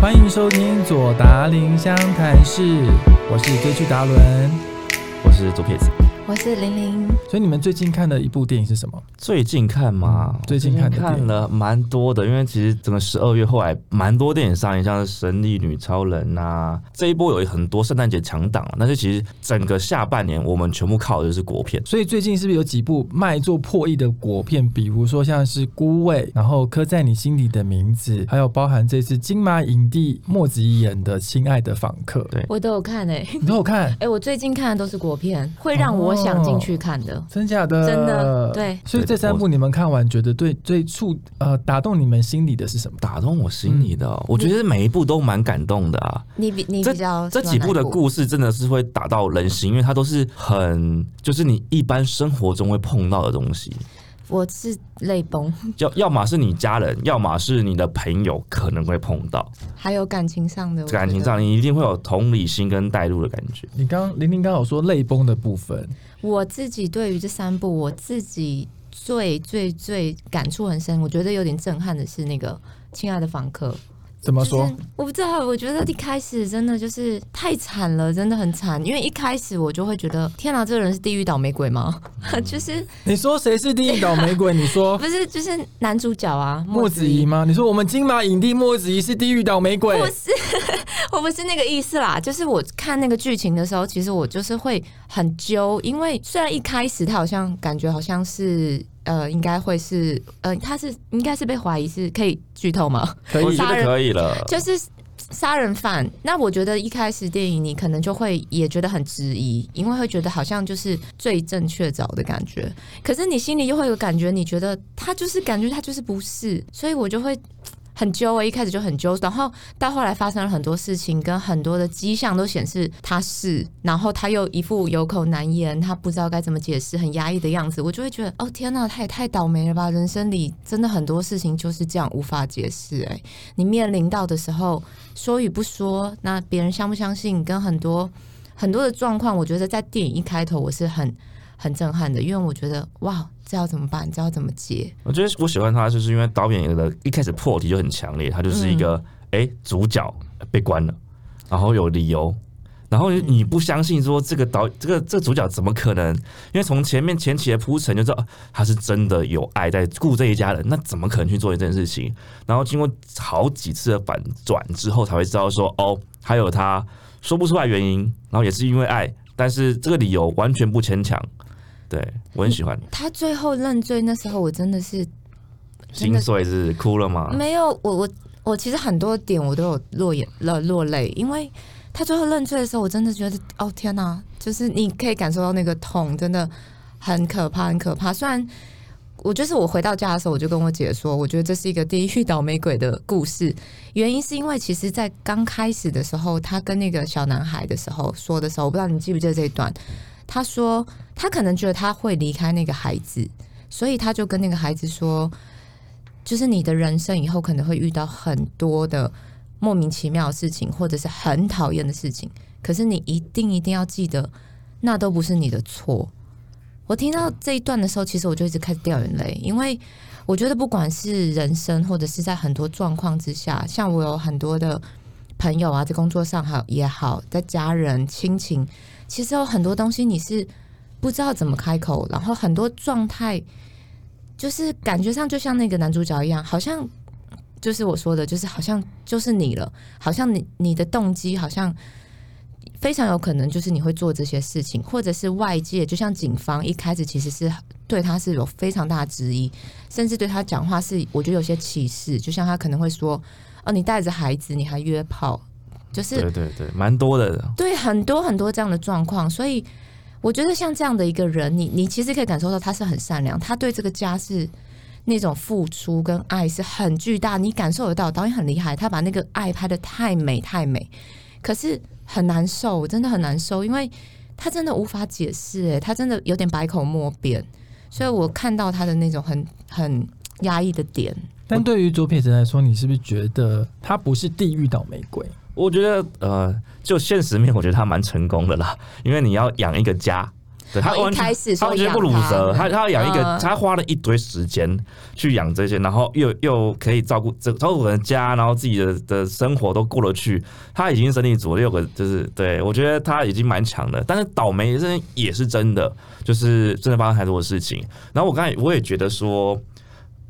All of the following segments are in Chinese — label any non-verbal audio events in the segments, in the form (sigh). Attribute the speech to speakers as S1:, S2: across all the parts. S1: 欢迎收听左达林湘潭市，我是歌剧达伦。
S2: 我是左撇子。
S3: 我是玲玲，
S1: 所以你们最近看的一部电影是什么？
S2: 最近看嘛，
S1: 嗯最近看的电影
S2: 看了蛮多的，因为其实整个十二月后来蛮多电影上映，像是《神力女超人》呐，这一波有很多圣诞节强档，啊但是其实整个下半年我们全部靠的就是国片。
S1: 所以最近是不是有几部卖座破亿的国片？比如说像是《孤味》，然后《刻在你心底的名字》，还有包含这次金马影帝莫吉演的《亲爱的访客》。
S2: 对
S3: 我都有看诶、欸，
S1: 你都有看？
S3: 哎、我最近看的都是国片，会让我想进去看的。
S1: 真假的？
S3: 真的对。
S1: 所以这三部你们看完，觉得对最触呃打动你们心里的是什么？
S2: 打动我心里的
S1: 嗯
S2: 哦、我觉得每一部都蛮感动的啊。
S3: 你比你比较
S2: 这
S3: 喜
S2: 几
S3: 欢
S2: 部的
S3: 哪一
S2: 故事真的是会打到人心，因为它都是很就是你一般生活中会碰到的东西，
S3: 我是泪崩，
S2: 要要么是你家人，要么是你的朋友可能会碰到。
S3: 还有感情上的我觉得
S2: 感情，上你一定会有同理心跟带入的感觉。
S1: 你刚玲玲刚好说泪崩的部分，
S3: 我自己对于这三部，我自己最最最感触很深，我觉得有点震撼的是那个《亲爱的房客》。
S1: 怎么说？
S3: 就是我不知道，我觉得一开始真的就是太惨了，真的很惨。因为一开始我就会觉得，天啊哪，这个人是地狱倒霉鬼吗？ (laughs) 就是
S1: 你说谁是第一倒霉鬼？你说
S2: 哦
S3: 不是就是男主角啊，
S1: 莫子仪吗？你说我们金马影帝莫子仪是地狱倒霉鬼？
S3: 不是， (laughs) 我不是那个意思啦。就是我看那个剧情的时候，其实我就是会很揪，因为虽然一开始他好像感觉好像是呃，应该会是呃，他是应该是被怀疑是可以剧透吗？
S1: 可
S2: 我
S1: 以
S2: 觉
S3: 杀
S2: 得
S3: 人
S2: 可以了，
S3: 就是杀人犯。那我觉得一开始电影你可能就会也觉得很质疑，因为会觉得好像就是最正确凿的感觉。可是你心里又会有感觉，你觉得他就是感觉他就是不是，所以我就会。很揪我一开始就很揪，然后到后来发生了很多事情，跟很多的迹象都显示他是，然后他又一副有口难言，他不知道该怎么解释，很压抑的样子，我就会觉得，哦天呐，他也太倒霉了吧！人生里真的很多事情就是这样无法解释、哎，你面临到的时候，说与不说，那别人相不相信，跟很多很多的状况，我觉得在电影一开头我是很很震撼的，因为我觉得哇，这要怎么办？这要怎么解？
S2: 我觉得我喜欢他，就是因为导演的一开始破题就很强烈，他就是一个哎、诶主角被关了，然后有理由，然后你不相信说这个导这个这个主角怎么可能？因为从前面前期的铺陈就知道啊他是真的有爱在顾这一家人，那怎么可能去做这件事情？然后经过好几次的反转之后，才会知道说哦，还有他说不出来原因，然后也是因为爱，但是这个理由完全不牵强。对我很喜欢，
S3: 他最后认罪那时候，我真的是真
S2: 心
S3: 的
S2: 碎是哭了吗？
S3: 没有，我我我其实很多点我都有落眼了落泪，因为他最后认罪的时候，我真的觉得哦天哪，就是你可以感受到那个痛，真的很可怕，很可怕。虽然我就是我回到家的时候，我就跟我姐说，我觉得这是一个地狱倒霉鬼的故事。原因是因为其实，在刚开始的时候，他跟那个小男孩的时候说的时候，我不知道你记不记得这一段，他说他可能觉得他会离开那个孩子，所以他就跟那个孩子说，就是你的人生以后可能会遇到很多的莫名其妙的事情，或者是很讨厌的事情，可是你一定一定要记得，那都不是你的错。我听到这一段的时候，其实我就一直开始掉眼泪，因为我觉得不管是人生，或者是在很多状况之下，像我有很多的朋友啊，在工作上好也好，在家人、亲情，其实有很多东西你是不知道怎么开口，然后很多状态，就是感觉上就像那个男主角一样，好像就是我说的，就是好像就是你了，好像你你的动机好像。非常有可能就是你会做这些事情，或者是外界，就像警方一开始其实是对他是有非常大的质疑，甚至对他讲话是我觉得有些歧视，就像他可能会说：“哦，你带着孩子，你还约炮。”就是
S2: 对对对，蛮多的。
S3: 对，很多很多这样的状况，所以我觉得像这样的一个人，你你其实可以感受到他是很善良，他对这个家是那种付出跟爱是很巨大，你感受得到。导演很厉害，他把那个爱拍的太美太美，可是很难受，真的很难受，因为他真的无法解释，哎，他真的有点百口莫辩，所以我看到他的那种很很压抑的点，
S1: 但对于左撇子来说，你是不是觉得他不是地狱倒霉鬼？
S2: 我觉得呃，就现实面，我觉得他蛮成功的啦，因为你要养一个家，对他
S3: 哦我一
S2: 完全
S3: 开始
S2: 他
S3: 说
S2: 完全不
S3: 养
S2: 卤
S3: 他
S2: 蛇，他他养一个，
S3: 嗯
S2: 他花了一堆时间去养这些，然后又又可以照顾这照顾人家，然后自己的的生活都过得去。他已经生力组六个，就是对我觉得他已经蛮强的，但是倒霉真的也是真的，就是真的发生太多的事情。然后我刚才我也觉得说。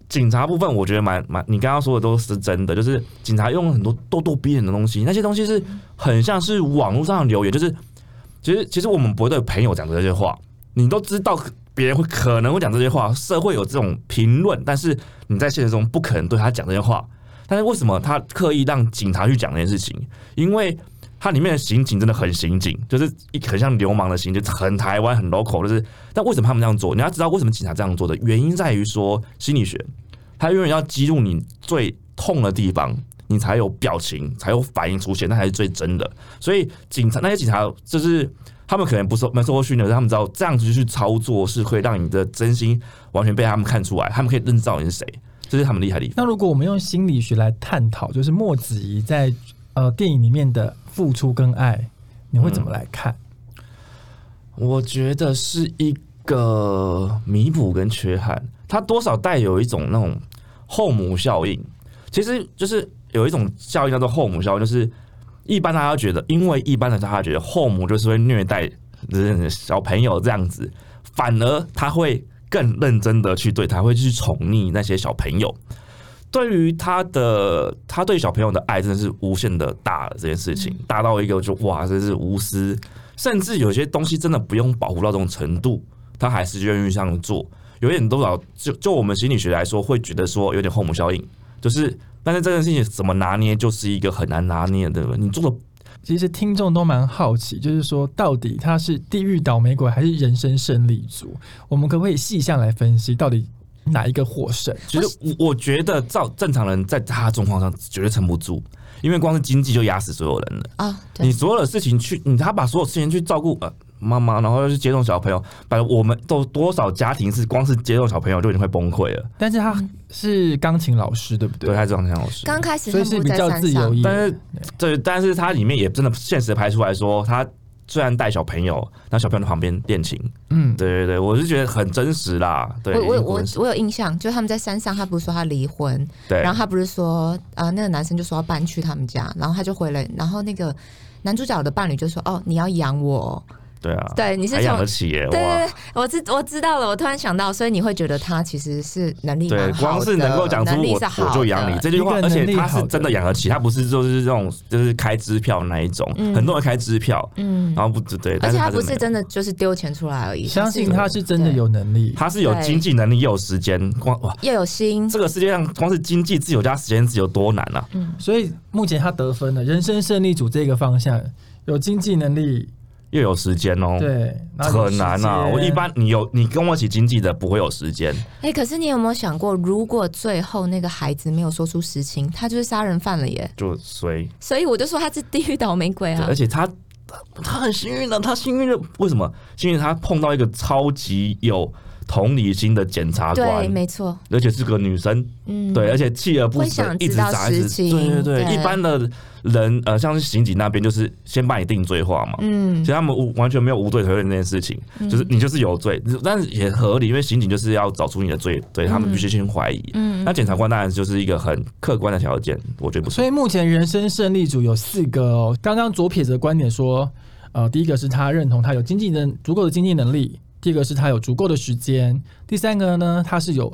S2: 警察部分，我觉得蛮蛮，你刚刚说的都是真的，就是警察用了很多咄咄逼人的东西，那些东西是很像是网络上的留言，就是其实其实我们不会对朋友讲这些话，你都知道别人会可能会讲这些话，社会有这种评论，但是你在现实中不可能对他讲这些话。但是为什么他刻意让警察去讲这件事情？因为它里面的刑警真的很刑警，就是一很像流氓的刑警，就是很台湾很 local，就是。但为什么他们这样做？你要知道为什么警察这样做的原因在于说心理学，他永远要击中你最痛的地方，你才有表情，才有反应出现，那才是最真的。所以警察那些警察就是他们可能不受没受过训练，他们知道这样子去操作是会让你的真心完全被他们看出来，他们可以认知到你是谁，这是他们厉害的地
S1: 那
S2: 方。
S1: 如果我们用心理学来探讨，就是莫子仪在呃电影里面的付出跟爱，你会怎么来看？
S2: 我觉得是一个弥补跟缺憾，它多少带有一种那种后母效应。其实就是有一种效应叫做后母效应，就是一般大家觉得，因为一般的大家觉得后母就是会虐待呃小朋友这样子，反而他会更认真的去对他，会去宠溺那些小朋友。对于他的他对小朋友的爱真的是无限的大了，这件事情大到一个就哇，真是无私，甚至有些东西真的不用保护到这种程度，他还是愿意这样做。有点多少，就就我们心理学来说，会觉得说有点后母效应，就是，但是这件事情怎么拿捏，就是一个很难拿捏的。你做的
S1: 其实听众都蛮好奇，就是说到底他是地狱倒霉鬼还是人生胜利组？我们可不可以细项来分析，到底哪一个获胜？
S2: 其实我我觉得，照正常人在他的状况上绝对撑不住，因为光是经济就压死所有人了。
S3: 啊，
S2: 你
S3: 对，
S2: 所有的事情去，你他把所有事情去照顾呃妈妈，然后又去接送小朋友，把我们都多少家庭是光是接送小朋友就已经会崩溃了。
S1: 但是他是钢琴老师，对不
S2: 对，
S1: 对？
S2: 他是这样老师。
S3: 刚开
S1: 所
S3: 始他
S1: 以
S3: 们
S1: 是
S3: 不
S1: 比
S3: 在
S1: 较
S3: 山
S1: 自由
S3: 上，
S1: 一点。
S2: 但是对，但是它里面也真的现实拍出来说，他虽然带小朋友，然后小朋友在旁边练琴，
S1: 嗯，
S2: 对对对，我是觉得很真实啦。对，
S3: 我我
S2: 英国
S3: 我
S2: 人是
S3: 我有印象，就是他们在山上，他不是说他离婚，
S2: 对，
S3: 然后他不是说啊、呃那个男生就说要搬去他们家，然后他就回来，然后那个男主角的伴侣就说哦，你要养我哦，
S2: 对啊，
S3: 对，你是
S2: 还
S3: 从
S2: 养得起耶，
S3: 对
S2: 哇！
S3: 对对，我知我知道了，我突然想到，所以你会觉得他其实是能力蛮
S2: 对，
S3: 好的，
S2: 光是能够讲出
S3: 能力
S2: 我
S3: 是
S2: 我
S3: 好
S2: 就养你
S3: 的
S2: 这句话，
S1: 一个
S2: 而且
S1: 能力
S2: 他
S1: 好
S2: 是
S1: 的
S2: 真的养得起，他不是就是这种就是开支票那一种，
S3: 嗯
S2: 很多人开支票，
S3: 嗯，
S2: 然后不对，
S3: 而
S2: 但
S3: 且
S2: 是
S3: 他不
S2: 没
S3: 是
S2: 有
S3: 真的就是丢钱出来而已，
S1: 相信他是真的有能力。
S2: 他是有
S3: 对
S2: 经济能力，又有时间，光哇，
S3: 又有心，
S2: 这个世界上光是经济自由加时间自由多难啊！
S1: 所以目前他得分了，人生胜利组这个方向有经济能力，
S2: 又有时间哦，
S1: 对，然后有
S2: 很难啊！
S1: 时间
S2: 我一般你有你跟我一起经济的不会有时间，
S3: 哎、可是你有没有想过，如果最后那个孩子没有说出实情，他就是杀人犯了耶？
S2: 就衰。
S3: 所以我就说他是地狱倒霉鬼
S2: 对，
S3: 啊
S2: 而！且他他他很幸运的，啊他幸运的为什么？幸运他碰到一个超级有同理心的检察
S3: 对，
S2: 官，
S3: 没错，
S2: 而且是个女生，
S3: 嗯，
S2: 对，而且锲而不
S3: 会
S2: 舍
S3: 想，
S2: 一直
S3: 知道
S2: 砸，一
S3: 实
S2: 直
S3: 情
S2: 对对对。
S3: 对
S2: 一般的人呃，像是刑警那边，就是先把你定罪化嘛，
S3: 嗯
S2: 其实他们无完全没有无罪推论这件事情，就是你就是有罪，但是也合理，因为刑警就是要找出你的罪，对他们必须先怀疑。
S3: 嗯，
S2: 那检察官当然就是一个很客观的条件，我觉得不错
S1: 所。以目前人生胜利组有四个哦。刚刚左撇子的观点说，呃，第一个是他认同他有经济能足够的经济能力，第二个是他有足够的时间，第三个呢，他是有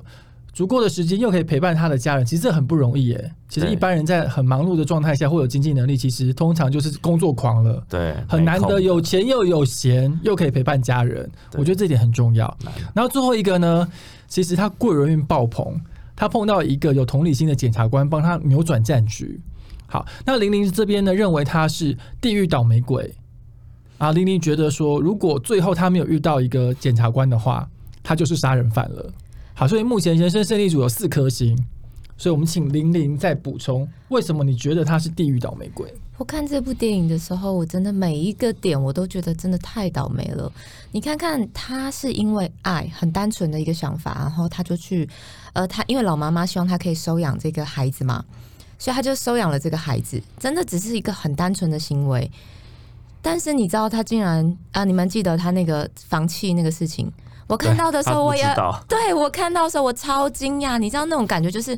S1: 足够的时间又可以陪伴他的家人。其实这很不容易耶。其实
S2: 对
S1: 一般人在很忙碌的状态下，会有经济能力，其实通常就是工作狂了。
S2: 对，
S1: 很难
S2: 没空
S1: 得有钱又有闲，又可以陪伴家人，
S2: 对
S1: 我觉得这点很重要
S2: 难。
S1: 然后最后一个呢，其实他贵人运爆棚，他碰到一个有同理心的检察官，帮他扭转战局。好，那玲玲这边呢，认为他是地狱倒霉鬼啊。玲玲觉得说，如果最后他没有遇到一个检察官的话，他就是杀人犯了。好，所以目前人生胜利组有四颗星，所以我们请玲玲再补充，为什么你觉得他是地狱倒霉鬼？
S3: 我看这部电影的时候，我真的每一个点我都觉得真的太倒霉了。你看看，他是因为爱，很单纯的一个想法，然后他就去，呃，他因为老妈妈希望他可以收养这个孩子嘛，所以他就收养了这个孩子，真的只是一个很单纯的行为。但是你知道他竟然啊，你们记得他那个房契那个事情，我看到的时
S2: 他
S3: 候
S2: 不
S3: 我也
S2: 知道，
S3: 对我看到的时候，我超惊讶，你知道那种感觉就是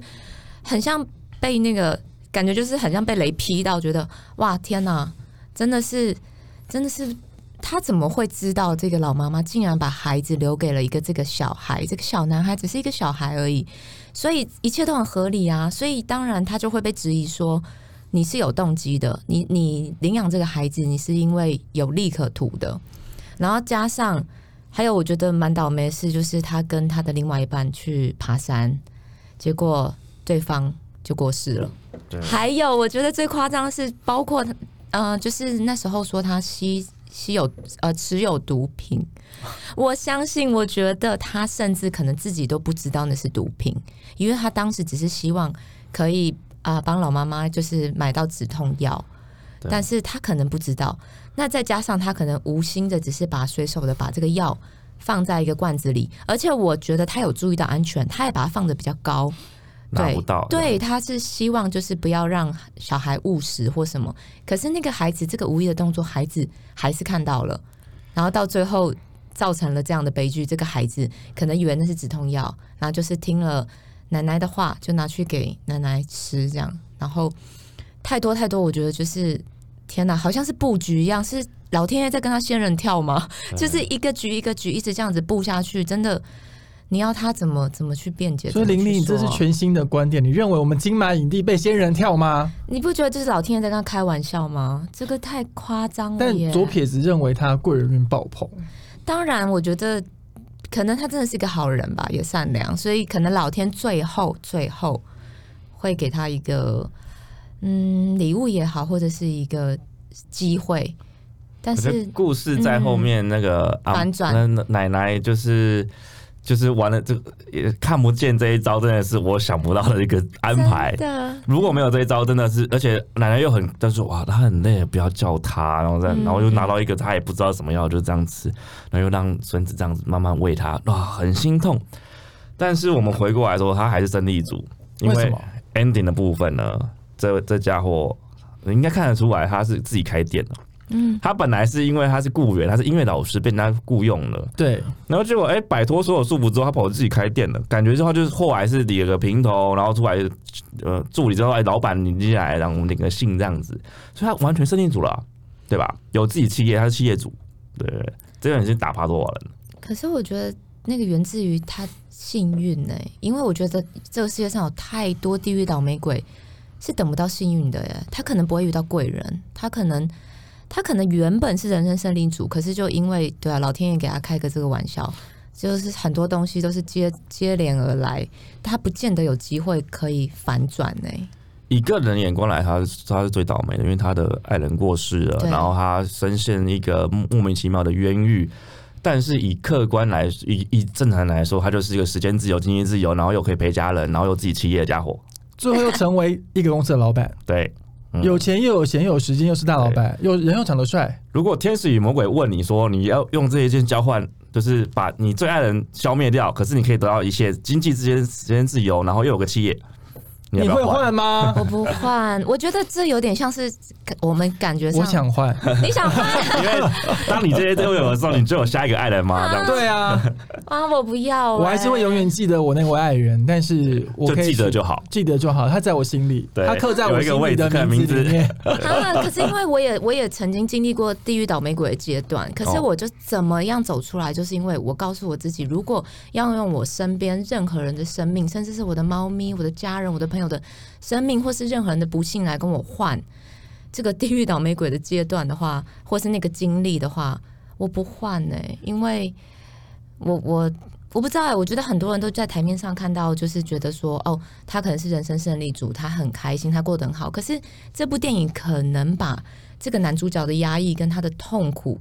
S3: 很像被那个感觉就是很像被雷劈到，觉得哇天哪，真的是真的是他怎么会知道这个老妈妈竟然把孩子留给了一个这个小孩，这个小男孩只是一个小孩而已，所以一切都很合理啊，所以当然他就会被质疑说。你是有动机的，你你领养这个孩子，你是因为有利可图的，然后加上还有，我觉得蛮倒霉的事，就是他跟他的另外一半去爬山，结果对方就过世了
S2: 对。
S3: 还有，我觉得最夸张的是，包括呃，就是那时候说他吸吸有呃持有毒品，我相信，我觉得他甚至可能自己都不知道那是毒品，因为他当时只是希望可以啊、呃帮老妈妈就是买到止痛药，
S2: 对
S3: 但是他可能不知道。那再加上他可能无心的，只是把随手的把这个药放在一个罐子里，而且我觉得他有注意到安全，他也把它放的比较高，
S2: 拿不到，
S3: 对，他是希望就是不要让小孩误食或什么。可是那个孩子这个无意的动作，孩子还是看到了，然后到最后造成了这样的悲剧。这个孩子可能以为那是止痛药，然后就是听了奶奶的话，就拿去给奶奶吃，这样。然后太多太多，我觉得就是天哪，好像是布局一样，是老天爷在跟他仙人跳吗？
S1: 嗯
S2: 对
S3: 就是一个局一个局一直这样子布下去，真的。你要他怎么怎么去辩解？
S1: 所以
S3: 怎么
S1: 玲
S3: 去
S1: 玲，你这是
S2: 啊
S3: 说啊
S1: 全新的观点，你认为我们金马影帝被仙人跳吗？
S3: 你不觉得这是老天爷在跟他开玩笑吗？这个太夸张了
S1: 但
S3: 耶！
S1: 左撇子认为他贵人运爆棚，
S3: 当然，我觉得可能他真的是一个好人吧，也善良，所以可能老天最后最后会给他一个嗯礼物也好，或者是一个机会。但
S2: 可是
S3: 是
S2: 故事在后面那个、啊
S3: 反转
S2: 那那奶奶就是就是玩了这个也看不见这一招，真的是我想不到的一个安排
S3: 真。的，
S2: 如果没有这一招，真的是，而且奶奶又很，但是哇，她很累，不要叫她，然后再，
S3: 嗯
S2: 然后又拿到一个她也不知道什么药，就这样吃，然后又让孙子这样子慢慢喂她，哇，很心痛。但是我们回过来说，她还是胜利组，因
S1: 为什
S2: 为
S1: 么？
S2: ending 的部分呢，这这家伙你应该看得出来，他是自己开店的。
S3: 嗯，
S2: 他本来是因为他是雇员，他是音乐老师被人家雇佣了，
S1: 对，
S2: 然后结果哎摆脱所有束缚之后，他跑自己开店了，感觉之后就是后来是理了个平头，然后出来呃助理之后，哎老板你进来，然后我们领个信这样子，所以他完全设定组了啊，对吧？有自己企业，他是企业主，对对对，这个人已经打趴多少人了？
S3: 可是我觉得那个源自于他幸运呢、因为我觉得这个世界上有太多地狱倒霉鬼是等不到幸运的耶、他可能不会遇到贵人，他可能他可能原本是人生胜利组，可是就因为对啊，老天爷给他开个这个玩笑，就是很多东西都是接接连而来，他不见得有机会可以反转欸呢、
S2: 以个人的眼光来，他是他是最倒霉的，因为他的爱人过世了，
S3: 对
S2: 然后他深陷一个莫莫名其妙的冤狱。但是以客观来，以以正常人来说，他就是一个时间自由、经济自由，然后又可以陪家人，然后又自己企业的家伙。
S1: 最后又成为一个公司的老板，
S2: 对， (laughs) 嗯
S1: 有钱又有闲又有时间，又是大老板，又人又长得帅，
S2: 如果天使与魔鬼问你说你要用这一件交换，就是把你最爱的人消灭掉，可是你可以得到一些经济之间时间自由，然后又有个企业，你要
S1: 你
S2: 不
S1: 会
S2: 要换？ (laughs)
S1: 换吗？
S3: 我不换，我觉得这有点像是我们感觉上，
S1: 我想换，
S2: (laughs)
S3: 你想换。 (laughs)
S2: 因为 (laughs) 当你这些都有的时候，你就有下一个爱人吗？这样子
S1: 对啊，
S2: (laughs)
S3: 啊，我不要、
S1: 我还是会永远记得我那位爱人，但是我
S2: 就
S1: 可以
S2: 记得就好。
S1: 记得就好，他在我心里，
S2: 对
S1: 他刻在
S2: 有
S1: 我
S2: 一个
S1: 心里
S2: 位置刻
S1: 的
S2: 在
S1: 名
S2: 名
S1: 字
S2: 字
S1: 里面。
S3: 啊，可是因为我也我 (laughs) 也曾经经历过地狱倒霉鬼的阶段，可是
S2: 哦
S3: 我就怎么样走出来，就是因为我告诉我自己，如果要用我身边任何人的生命，甚至是我的猫咪、我的家人、我的朋友的生命，或是任何人的不幸来跟我换这个地狱倒霉鬼的阶段的话，或是那个经历的话，我不换呢、因为我我。我不知道、欸，我觉得很多人都在台面上看到，就是觉得说，哦，他可能是人生胜利组，他很开心，他过得很好。可是这部电影可能把这个男主角的压抑跟他的痛苦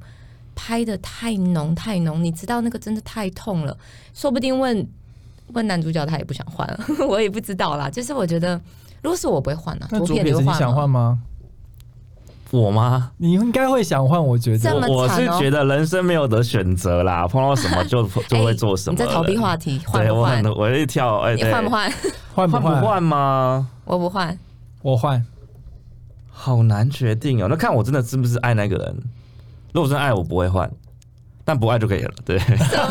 S3: 拍的太浓太浓，你知道那个真的太痛了，说不定问问男主角他也不想换了， (laughs) 我也不知道啦。就是我觉得，如果是我不会换啦，
S1: 那
S3: 图
S1: 左
S3: 片
S1: 撇子
S3: 你会
S1: 你
S3: 换
S1: 想
S3: 吗？
S1: 换吗？
S2: 我吗？
S1: 你应该会想换，我觉
S3: 这
S1: 得
S3: 么。
S2: 我
S3: 惨
S2: 是
S3: 哦
S2: 觉得人生没有得选择啦，碰到什么就就会做什么
S3: 你
S2: 了。
S3: 在逃避话题，换
S2: 对
S3: 不
S2: 我
S3: 换
S2: 很？我一跳，哎、
S3: 你
S2: 对
S3: 换不？换？
S1: 换不
S2: 换不
S1: 换？
S2: 换吗？
S3: 我不换。
S1: 我换。
S2: 好难决定哦。那看我真的是不是爱那个人。如果真爱，我不会换，但不爱就可以了。对，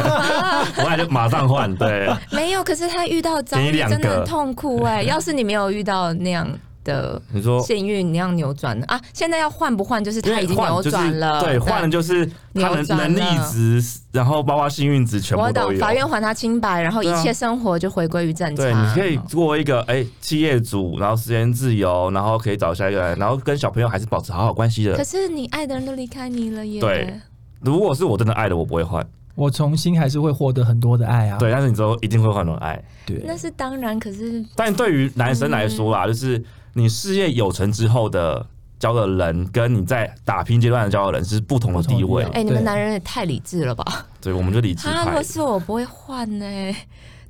S2: (laughs) 不爱就马上换。对，
S3: 没有，可是他遇到
S2: (laughs)
S3: 遭
S2: 给
S3: 遇
S2: 你两
S3: 真的
S2: 个
S3: 很痛苦哎、要是你没有遇到那样的
S2: 你说
S3: 幸运，那样扭转啊，现在要换不换就是
S2: 因
S3: 他
S2: 为
S3: 已经
S2: 换
S3: 扭
S2: 就是
S3: 转了，
S2: 对，换了就是他
S3: 扭
S2: 能
S3: 转了
S2: 能力值，然后包括幸运值全部
S3: 我
S2: 都
S3: 懂，
S2: 有。
S3: 法院还他清白，然后
S2: 对啊
S3: 一切生活就回归于正常。嗯
S2: 对，你可以做一个哎、企业主，然后时间自由，然后可以找下一个人，然后跟小朋友还是保持好好关系
S3: 可
S2: 的。
S3: 是你爱的人都离开你了耶。
S2: 对如果是我真的爱的，我不会换。
S1: 我重新还是会获得很多的爱啊。
S2: 对，但是你之后一定会换人爱。
S1: 对
S3: 那是当然。可是
S2: 但对于男生来说啦，就是你事业有成之后的交的人，跟你在打拼阶段的交的人是不同的地
S1: 不同的
S2: 位
S1: 地。位
S3: 哎、你们
S1: 对
S3: 男人也太理智了吧？
S2: 对，我们就理智
S3: 啊，如
S2: 派
S3: 果。是我不会换呢、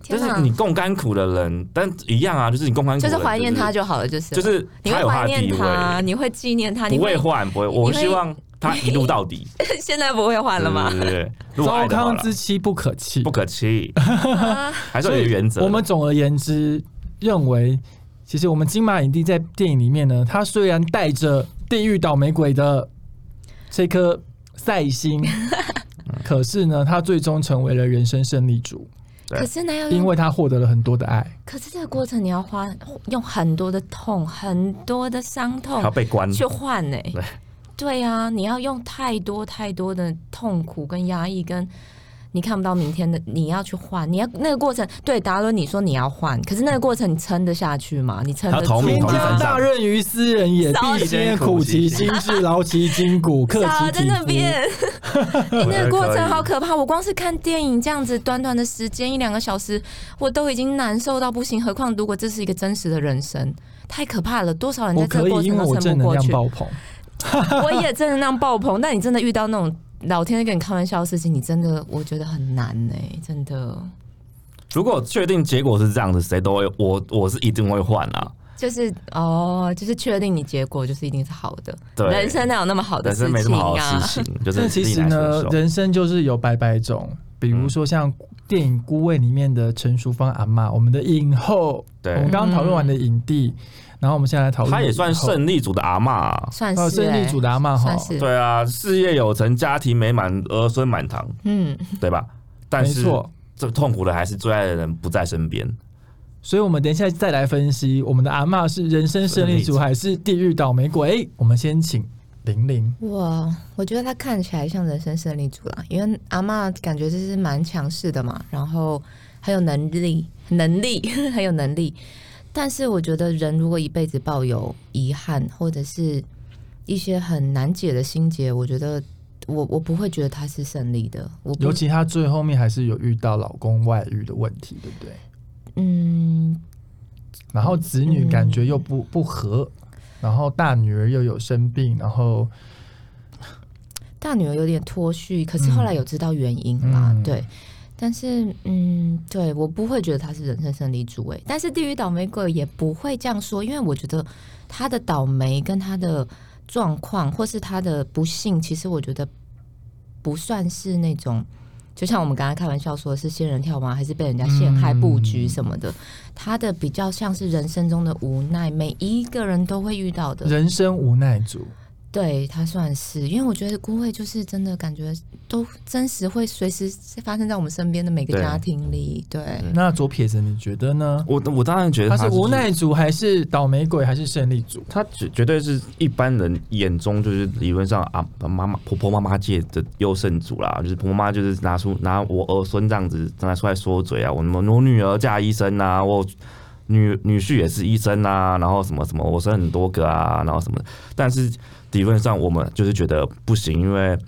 S2: 就
S3: 天哪
S2: 是，你共甘苦的人，但一样啊，就是你共甘苦
S3: 就
S2: 的人
S3: 是怀念他，就好了，就是
S2: 就
S3: 了
S2: 是
S3: 你
S2: 他
S3: 会
S2: 有他
S3: 怀
S2: 的
S3: 念
S2: 地
S3: 他，
S2: 位，
S3: 你会纪念他，你
S2: 不会
S3: 会
S2: 换，不会。我
S3: 你会
S2: 希望他一路到底，
S3: (laughs) 现在不会换了吗？
S2: 对对对对，如果爱
S1: 糟
S2: 的话
S1: 糠
S2: 啦
S1: 之妻不可弃
S2: 不。可欺，
S3: 啊
S2: 还是有一个原则的。
S1: 我们总而言之，认为其实我们金马影帝在电影里面呢，他虽然带着地狱倒霉鬼的这颗赛
S3: (laughs)
S1: 星，
S2: 嗯
S1: 可是呢，他最终成为了人生胜利组，
S2: 对
S3: 可是那要
S1: 因
S3: 用，
S1: 为他获得了很多的爱。
S3: 可是这个过程你要花用很多的痛，很多的伤痛
S2: 还要，被
S1: 嗯
S2: 关，
S3: 去换
S1: (laughs)
S3: 呢、
S2: 对
S3: 对啊，你要用太多太多的痛苦跟压抑，跟你看不到明天的，你要去换，你要那个过程。对，达伦，你说你要换，可是那个过程你撑得下去吗？你撑得
S2: 还要逃
S3: 住
S2: 命
S1: 天
S2: 同
S1: 将
S2: 身
S1: 大
S2: 上
S1: 任于斯人也，
S3: 少
S1: 必先苦其心志，劳其筋骨，克
S3: 少
S1: 其
S3: 在
S1: 体
S3: 那
S1: 肤。
S3: 边，你那个过程好
S2: 可
S3: 可怕。我光是看电影这样子，短短的时间一两个小时，我都已经难受到不行。何况如果这是一个真实的人生，太可怕了。多少人在
S1: 我
S3: 这
S1: 可
S3: 个过
S1: 以，因
S3: 程
S1: 为我
S3: 都撑
S1: 正
S3: 不
S1: 能
S3: 过
S1: 量
S3: 去。
S1: 爆棚。
S3: (laughs) 我也真的那样爆棚，但你真的遇到那种老天在跟你开玩笑的事情，你真的我觉得很难呢、真的
S2: 如果确定结果是这样子，谁都会，我我是一定会换啊。
S3: 就是哦，就是确定你结果就是一定是好的，
S2: 对，
S3: 人生哪有那么好的
S2: 人
S3: 事
S2: 生没这
S3: 情
S2: 么好的
S3: 啊？
S2: 事
S3: (laughs)
S2: 情，就是
S1: 但其
S2: 逆
S1: 实
S2: 来
S1: 呢
S2: 顺，受
S1: 人生就是有百百种，
S2: 嗯
S1: 比如说像电影《孤味》里面的陈淑芳阿嬷，我们的影后，我们
S2: 对，
S1: 刚刚讨论完的影帝，然后我们现在来讨论
S2: 他也算
S1: 影后
S2: 胜利组的阿嬷啊。
S3: 算是、欸
S1: 呃胜利组的阿嬷哈
S3: 算，是
S2: 对啊，事业有成，家庭美满，儿孙满堂，
S3: 嗯，
S2: 对吧？但
S1: 没
S2: 是
S1: 错。
S2: 最痛苦的还是最爱的人不在身边。
S1: 所以，我们等一下再来分析我们的阿嬷是人生胜利组还是地狱倒霉鬼。我们先请玲
S3: 嗯
S1: 玲，
S3: 我我觉得他看起来像人生胜利组啦，因为阿嬷感觉就是蛮强势的嘛，然后很有能力，能力 (laughs) 很有能力。但是我觉得人如果一辈子抱有遗憾或者是一些很难解的心结，我觉得我我不会觉得他是胜利的。我不
S1: 尤其她最后面还是有遇到老公外遇的问题，对不对？
S3: 嗯，
S1: 然后子女感觉又不不和，然后大女儿又有生病，然后
S3: 大女儿有点脱序，可是后来有知道原因啦，
S1: 嗯
S3: 对。但是，嗯，对我不会觉得他是人生胜利组诶，但是地狱倒霉鬼也不会这样说，因为我觉得他的倒霉跟他的状况，或是他的不幸，其实我觉得不算是那种，就像我们刚才开玩笑说是仙人跳吗？还是被人家陷害布局什么的？他的比较像是人生中的无奈，每一个人都会遇到的。
S1: 人生无奈组。
S3: 对他算是，因为我觉得孤会就是真的感觉都真实会随时发生在我们身边的每个
S2: 对
S3: 家庭里。对，
S1: 那左撇子你觉得呢？
S2: 我我当然觉
S1: 他
S2: 得
S1: 是
S2: 就
S1: 无奈组还是倒霉鬼还是胜利组？
S2: 他绝绝对是一般人眼中就是理论上啊妈妈婆婆妈妈界的优胜组啦，就是婆婆妈就是拿出拿我儿孙这样子拿出来说嘴啊，我我女儿嫁医生啊，我女女婿也是医生啊，然后什么什么我生很多个啊，然后什么，但是理论上我们就是觉得不行，因为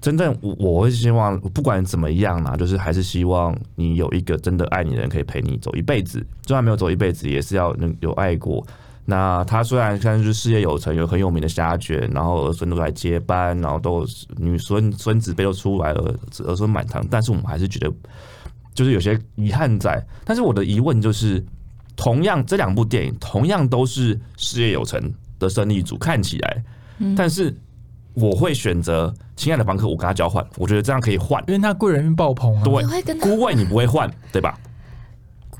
S2: 真正我我会希望不管怎么样啦，就是还是希望你有一个真的爱你的人可以陪你走一辈子，就算没有走一辈子，也是要能有爱过。那他虽然现在是事业有成，有很有名的虾卷，然后儿孙都来接班，然后都女孙孙子辈都出来了，儿孙满堂，但是我们还是觉得就是有些遗憾在。但是我的疑问就是，同样这两部电影同样都是事业有成的胜利组， (laughs) 看起来，但是我会选择亲爱的房客，我跟他交换，我觉得这样可以换。 (laughs)
S1: 因为他贵人运爆棚啊。
S2: 对
S3: 你会跟他
S2: 孤位你不会换，对吧？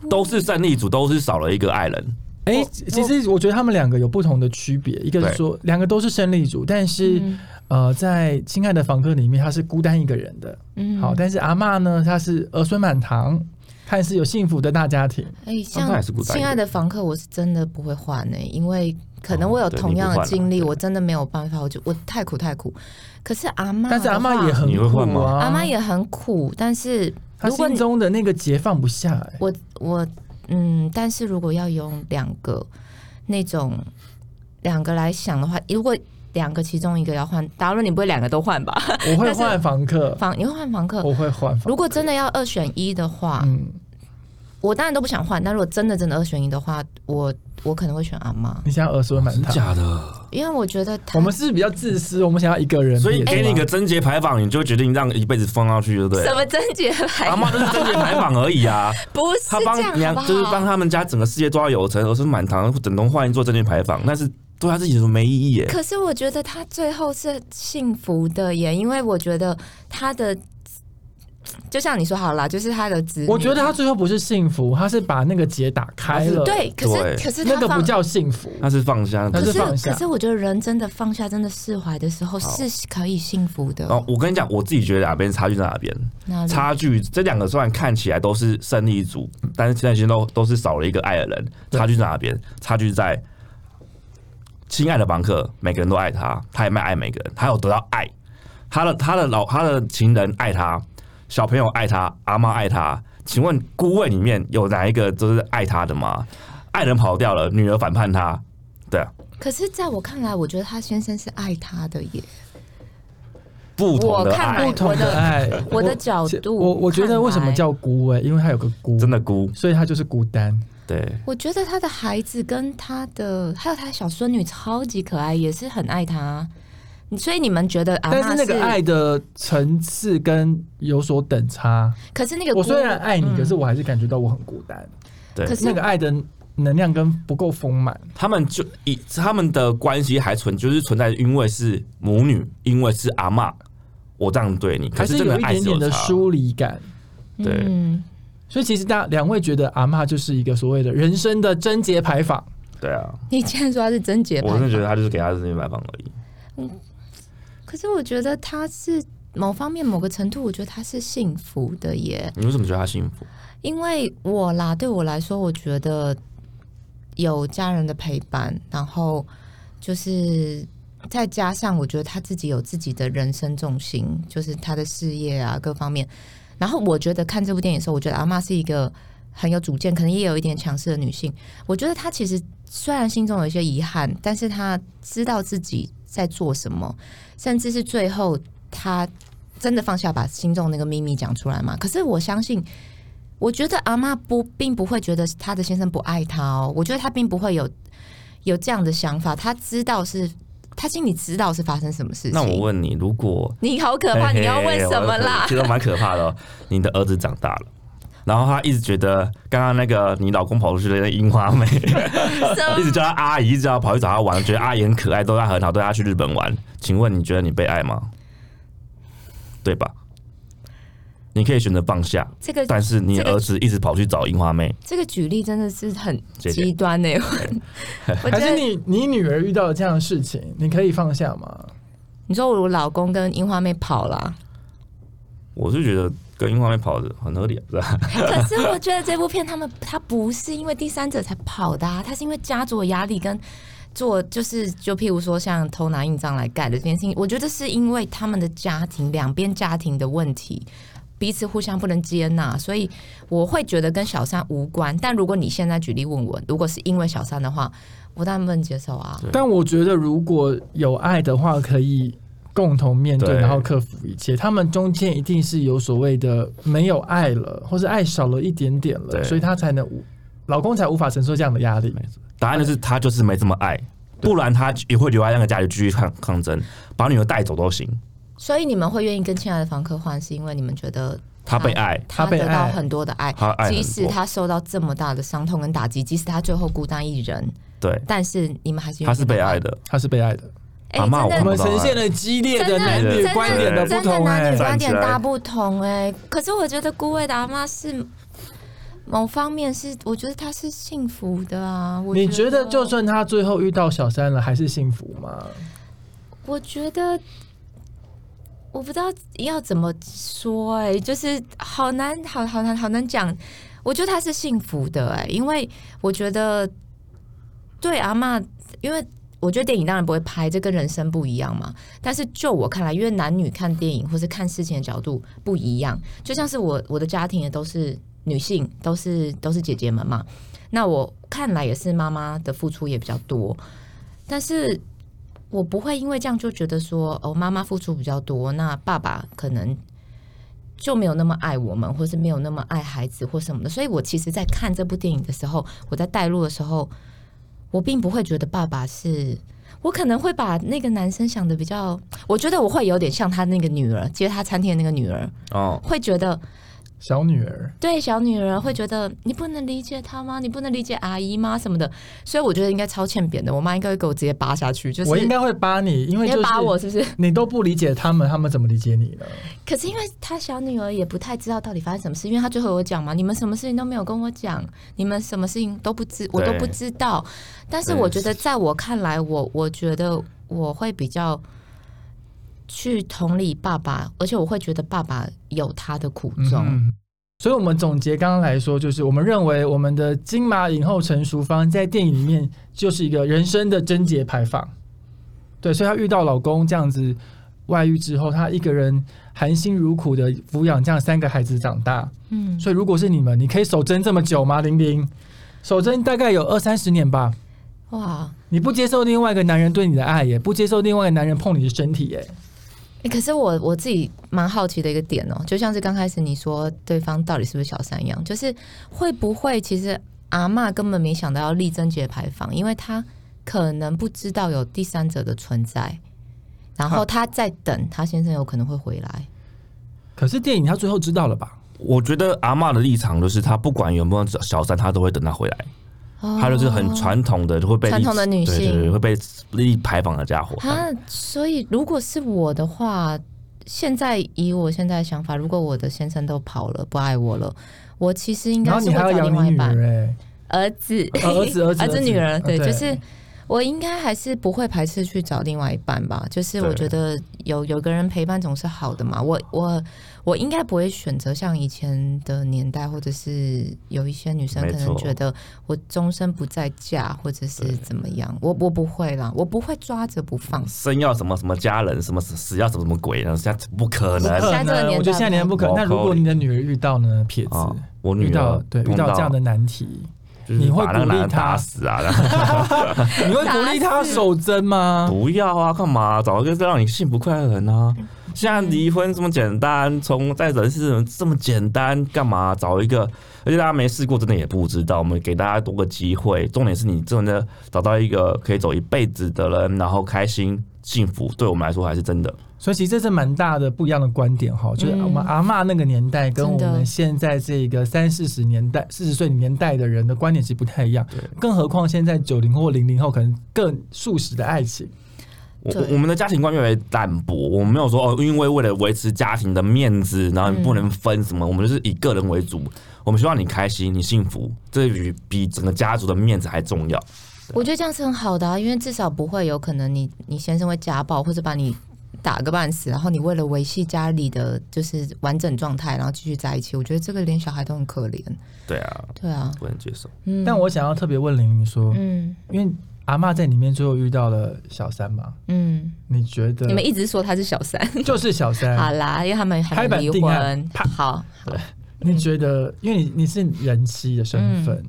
S2: 都是胜利组，都是少了一个爱人，
S1: 哎、
S3: 我
S1: 其实我觉得他们两个有不同的区别，一个是
S2: 对
S1: 说两个都是胜利组，但是、
S3: 嗯
S1: 呃，在《亲爱的房客》里面他是孤单一个人的，
S3: 嗯
S1: 好，但是阿嬷呢，她是儿孙满堂，看似有幸福的大家庭，
S3: 哎、像
S2: 那还是孤
S3: 《
S2: 单一
S3: 亲爱
S2: 点
S3: 的房客》，我是真的不会换呢、因为可能我有
S2: 哦对
S3: 同样
S2: 你不
S3: 的
S2: 换了
S3: 经历，
S2: 对
S3: 我真的没有办法，我就我太苦太苦。可是阿妈，
S1: 但是阿嬷也很
S2: 你会换
S1: 苦
S2: 吗
S1: 啊，
S3: 嗯阿妈也很苦，但是
S1: 她
S3: 如果
S1: 心
S3: 你
S1: 中的那个结放不下、哎
S3: 我我嗯，但是如果要用两个那种两个来想的话，如果两个其中一个要换，达论你不会两个都换吧？
S1: 我会
S3: 但是
S1: 换 (laughs) 房
S3: (laughs)
S1: 客，
S3: 房你会换房客？
S1: 我会换房，
S3: 如果真的要二选一的话，
S1: 嗯，
S3: 我当然都不想换。但如果真的真的二选一的话，我我可能会选阿妈，
S1: 你想要儿孙满
S2: 真
S1: 堂，
S2: 假的？
S3: 因为我觉得她
S1: 我
S3: (laughs)
S1: 们是比较自私，我们想要一个人，
S2: 所以
S1: 别的
S2: 给你一
S1: 嘛
S2: 个贞洁牌坊，你就决定让一辈子放下去，对不对
S3: 什
S2: 了？
S3: 么贞洁
S2: 阿
S3: 牌
S2: 妈就是贞洁牌坊而已啊，
S3: (laughs) 不 (laughs) 是
S2: 他帮
S3: 这样
S2: 娘
S3: 好不好？
S2: 就是帮他们家整个事业都要有成，而是满堂整栋换一座贞洁牌坊，但是对他自己说没意义耶。
S3: 可是我觉得他最后是幸福的耶，因为我觉得他的，就像你说好啦，就是他的子女，
S1: 我觉得他最后不是幸福，他是把那个结打开了，
S3: 对，可
S2: 对
S3: 是可是他
S1: 那个
S3: 放
S1: 不叫幸福。
S2: 他是放下，
S1: 他
S3: 可
S1: 是
S3: 是
S1: 放下
S3: 可是我觉得人真的放下，真的释怀的时候是可以幸福的。
S2: 然
S1: 哦
S2: 后我跟你讲，我自己觉得哪边差距在哪边？
S3: 那里
S2: 差距这两个虽然看起来都是胜利组，但是现在其实都都是少了一个爱的人。
S1: 对
S2: 差距在哪边？差距在亲爱的房客，每个人都爱他，他也没爱每个人，他有得到爱，他的他的老他的情人爱他，小朋友爱他，阿妈爱他。请问孤位里面有哪一个就是爱他的吗？爱人跑掉了，女儿反叛他，对啊，
S3: 可是在我看来，我觉得他先生是爱他的耶。
S2: 不同的
S3: 我看
S2: 爱
S3: 来
S1: 不同的爱，
S3: 我的角度
S1: 我我觉得为什么叫孤哎、因为他有个孤，
S2: 真，的孤，
S1: 所以他就是孤单。
S2: 对。
S3: 我觉得他的孩子跟他的还有他的小孙女超级可爱，也是很爱他。你所以你们觉得啊阿
S1: 但
S3: 妈
S1: 是那个爱的层次跟有所等差。
S3: 可是那个
S1: 我
S3: 孤
S1: 虽然爱你，
S3: 嗯
S1: 可是我还是感觉到我很孤单。
S2: 对
S3: 可是
S1: 那个爱的能量跟不够丰满，
S2: 他们就以他们的关系还存，就是存在，因为是母女，因为是阿嬷，我这样对你，可
S1: 还
S2: 是这个
S1: 有一
S2: 爱
S1: 点
S2: 是
S1: 点的
S2: 差
S1: 疏离感。
S2: 对
S3: 嗯
S1: 所以其实大两位觉得阿嬷就是一个所谓的人生的贞洁牌坊，
S2: 对啊，
S3: 你竟然说他是贞洁牌
S2: 我真的觉
S3: 坊，
S2: 得他就是给他自己买房而已。
S3: 可是我觉得他是某方面某个程度，我觉得他是幸福的耶。
S2: 你为什么觉得他幸福？
S3: 因为我啦，对我来说，我觉得有家人的陪伴，然后就是再加上我觉得他自己有自己的人生重心，就是他的事业啊各方面。然后我觉得看这部电影的时候，我觉得阿妈是一个很有主见，可能也有一点强势的女性。我觉得她其实虽然心中有一些遗憾，但是她知道自己在做什么，甚至是最后她真的放下，把心中那个秘密讲出来嘛。可是我相信。我觉得阿妈不并不会觉得她的先生不爱她哦，我觉得她并不会有有这样的想法，她知道是她心里知道是发生什么事情。
S2: 那我问你，如果
S3: 你好可怕，
S2: 嘿嘿
S3: 你要问什么
S2: 我
S3: 啦？
S2: 觉得蛮可怕的哦。你的儿子长大了。然后他一直觉得刚刚那个你老公跑出去的那樱花妹，
S3: 什么
S2: 一直 (laughs) 叫他阿姨，一直叫他跑去找他玩，觉得阿姨很可爱，对他很好，带他去日本玩。请问你觉得你被爱吗？对吧？你可以选择放下，
S3: 这个
S2: 但是你
S3: 这个
S2: 儿子一直跑去找樱花妹，
S3: 这个举例真的是很
S2: 谢谢
S3: 极端
S1: (laughs)
S3: 呢、欸，我觉
S1: 还是
S3: 得
S1: 你你女儿遇到了这样的事情，你可以放下吗？
S3: 你说我老公跟樱花妹跑
S1: (laughs)
S3: 了，啊
S2: 我是觉得跟樱花妹跑的很合理，是吧？
S3: 可是我觉得这部片他们他不是因为第三者才跑的、啊，他是因为家族的压力跟做就是就譬如说像偷拿印章来盖的这件事情，我觉得是因为他们的家庭两边家庭的问题。彼此互相不能接纳，所以我会觉得跟小三无关。但如果你现在举例问我，如果是因为小三的话，我当然不能接受啊。
S1: 但我觉得如果有爱的话，可以共同面对，
S2: 对
S1: 然后克服一切。他们中间一定是有所谓的没有爱了，或是爱少了一点点了，
S2: 对
S1: 所以他才能无老公才无法承受这样的压力。
S2: 答案就是他就是没这么爱，
S3: 嗯
S2: 不然他也会留在那个家里继续抗抗争，把女儿带走都行。
S3: 所以你们会愿意跟亲爱的房客换，是因为你们觉得
S2: 他被爱，
S1: 他
S3: 他
S1: 被
S3: 得到
S1: 爱
S3: 很多的爱，
S2: 他爱很
S3: 即
S2: 多
S3: 使他受到这么大的伤痛跟打击，即使他最后孤单一人，
S2: 对，
S3: 但是你们还是
S2: 他是被爱
S3: 的。
S2: 的。
S1: 他是被爱的，
S3: 哎、
S2: 阿
S1: 我
S2: 嬷
S3: 真
S2: 我
S3: 的
S1: 们
S2: 们
S1: 呈
S2: 呈
S1: 现
S2: 现
S1: 了激烈的
S3: 的
S1: 男
S3: 男
S1: 女
S2: 女
S1: 观
S2: 观
S1: 点
S2: 点
S1: 的不
S2: 的
S3: 哎真的
S1: 同
S3: 男
S1: 哎、
S3: 女
S2: 欸
S3: 观点
S2: 站起来
S3: 大不同哎、可是我觉得顾魏的阿妈是。某方面是，我觉得他是幸福的啊。我
S1: 你觉
S3: 觉
S1: 得就算他最后遇到小三了，还是幸福吗？
S3: 我觉得我不知道要怎么说哎、就是好难，好好难，好难讲。我觉得他是幸福的哎、因为我觉得对阿嬷，因为我觉得电影当然不会拍，这跟人生不一样嘛。但是就我看来，因为男女看电影或是看事情的角度不一样，就像是我我的家庭也都是女性，都是都是姐姐们嘛。那我看来也是妈妈的付出也比较多，但是我不会因为这样就觉得说哦，妈妈付出比较多，那爸爸可能就没有那么爱我们，或是没有那么爱孩子或什么的。所以我其实，在看这部电影的时候，我在带入的时候，我并不会觉得爸爸是。我可能会把那个男生想的比较，我觉得我会有点像他那个女儿，接他餐厅的那个女儿，
S2: 哦，
S3: 会觉得
S1: 小女儿，
S3: 对小女人会觉得你不能理解她吗？你不能理解阿姨吗？什么的，所以我觉得应该超欠扁的。我妈应该会给我直接扒下去，就是
S1: 我应该会扒你，因为
S3: 你
S1: 就
S3: 会
S1: 是
S3: 扒我是不是？
S1: 你都不理解他们，他们怎么理解你呢？
S3: 可是因为她小女儿也不太知道到底发生什么事，因为她最后有讲嘛，你们什么事情都没有跟我讲，你们什么事情都不知，我都不知道。但是我觉得，在我看来，我我觉得我会比较去同理爸爸，而且我会觉得爸爸有他的苦衷。
S1: 嗯所以，我们总结刚刚来说，就是我们认为我们的金马影后陈淑芳在电影里面就是一个人生的贞节牌坊。对，所以她遇到老公这样子外遇之后，她一个人含辛茹苦的抚养这样三个孩子长大。
S3: 嗯
S1: 所以，如果是你们，你可以守贞这么久吗？玲玲，守贞大概有二三十年吧。
S3: 哇。
S1: 你不接受另外一个男人对你的爱耶，不接受另外一个男人碰你的身体耶。
S3: 欸、可是我我自己蛮好奇的一个点哦、就像是刚开始你说对方到底是不是小三一样，就是会不会其实阿嬷根本没想到要立贞节牌坊，因为她可能不知道有第三者的存在，然后
S1: 好
S3: 她在等她先生有可能会回来。
S1: 可是电影他最后知道了吧？
S2: 我觉得阿嬷的立场就是，她不管有没有小三，她都会等她回来。
S3: 哦
S2: 她就是很传统的，就会被
S3: 传统的女性
S2: 对对对会被立牌坊的家伙。
S3: 啊，所以如果是我的话，现在以我现在的想法，如果我的先生都跑了，不爱我了，我其实应
S1: 然
S3: 该
S1: 后
S3: 是
S1: 你
S3: 会
S1: 还要
S3: 找另
S1: 养
S3: 外
S1: 你
S3: 一
S1: 女
S3: 半。
S1: 儿哎。
S3: 儿子，
S1: 呃儿子儿子
S3: (laughs) 儿
S1: 儿子
S3: 女儿，
S1: 呃
S3: 对，
S1: 对
S3: 就是我应该还是不会排斥去找另外一半吧。就是
S2: 对
S3: 我觉得有有个人陪伴总是好的嘛。我我我应该不会选择像以前的年代，或者是有一些女生
S2: 没
S3: 可能
S2: 错
S3: 觉得我终身不再嫁，或者是
S2: 对
S3: 怎么样。我我不会啦，我不会抓着不放。
S2: 生要什么什么家人，什么死死要什么什么鬼，然后现在不可能
S3: 不可能
S1: 现在这个年代呃我觉得现在年代不可能。
S2: 不
S1: 那
S2: 可能
S1: 如果你的女儿遇到呢，撇子、
S2: 啊！我
S1: 遇
S2: 女
S1: 到
S2: 儿
S1: 对遇
S2: 碰
S1: 到这样的，难题，
S2: 就是
S1: 你会
S2: 把那个
S1: 鼓励
S2: 男人
S1: 她
S2: 打死啊？然后
S1: 你会鼓励她守贞吗？
S2: 不要啊，干嘛找一个让你幸福快乐的人啊？现在离婚这么简单，从再人是这么简单，干嘛找一个？而且大家没试过，真的也不知道。我们给大家多个机会，重点是你真的找到一个可以走一辈子的人，然后开心幸福，对我们来说还是真的。
S1: 所以其实这是蛮大的不一样的观点哈，就是我们阿嬷那个年代跟我
S3: 真的
S1: 们现在这个三四十年代、四十岁年代的人的观点其实不太一样，更何况现在九零或零零后可能更素食的爱情。
S2: 我
S3: 对
S2: 我们的家庭观越来越淡薄，我们没有说哦，因为为了维持家庭的面子，然后你不能分什么，我们就是以个人为主，我们希望你开心，你幸福，这比比整个家族的面子还重要。
S3: 我觉得这样是很好的啊，因为至少不会有可能你你先生会家暴或者把你打个半死，然后你为了维系家里的就是完整状态，然后继续在一起。我觉得这个连小孩都很可怜。
S2: 对啊，
S3: 对啊，
S2: 不能接受。
S3: 嗯，
S1: 但我想要特别问玲玲说，
S3: 嗯
S1: 因为阿嬷在里面最后遇到了小三嘛，
S3: 嗯，
S1: 你觉得
S3: 你们一直说他是小三，
S1: 就是小 (laughs) 三？
S3: (laughs) 好啦，因为他们还
S1: 拍板
S3: 没离
S1: 定案
S3: 婚。好，
S1: 你觉得，因为你你是人妻的身份，
S3: 嗯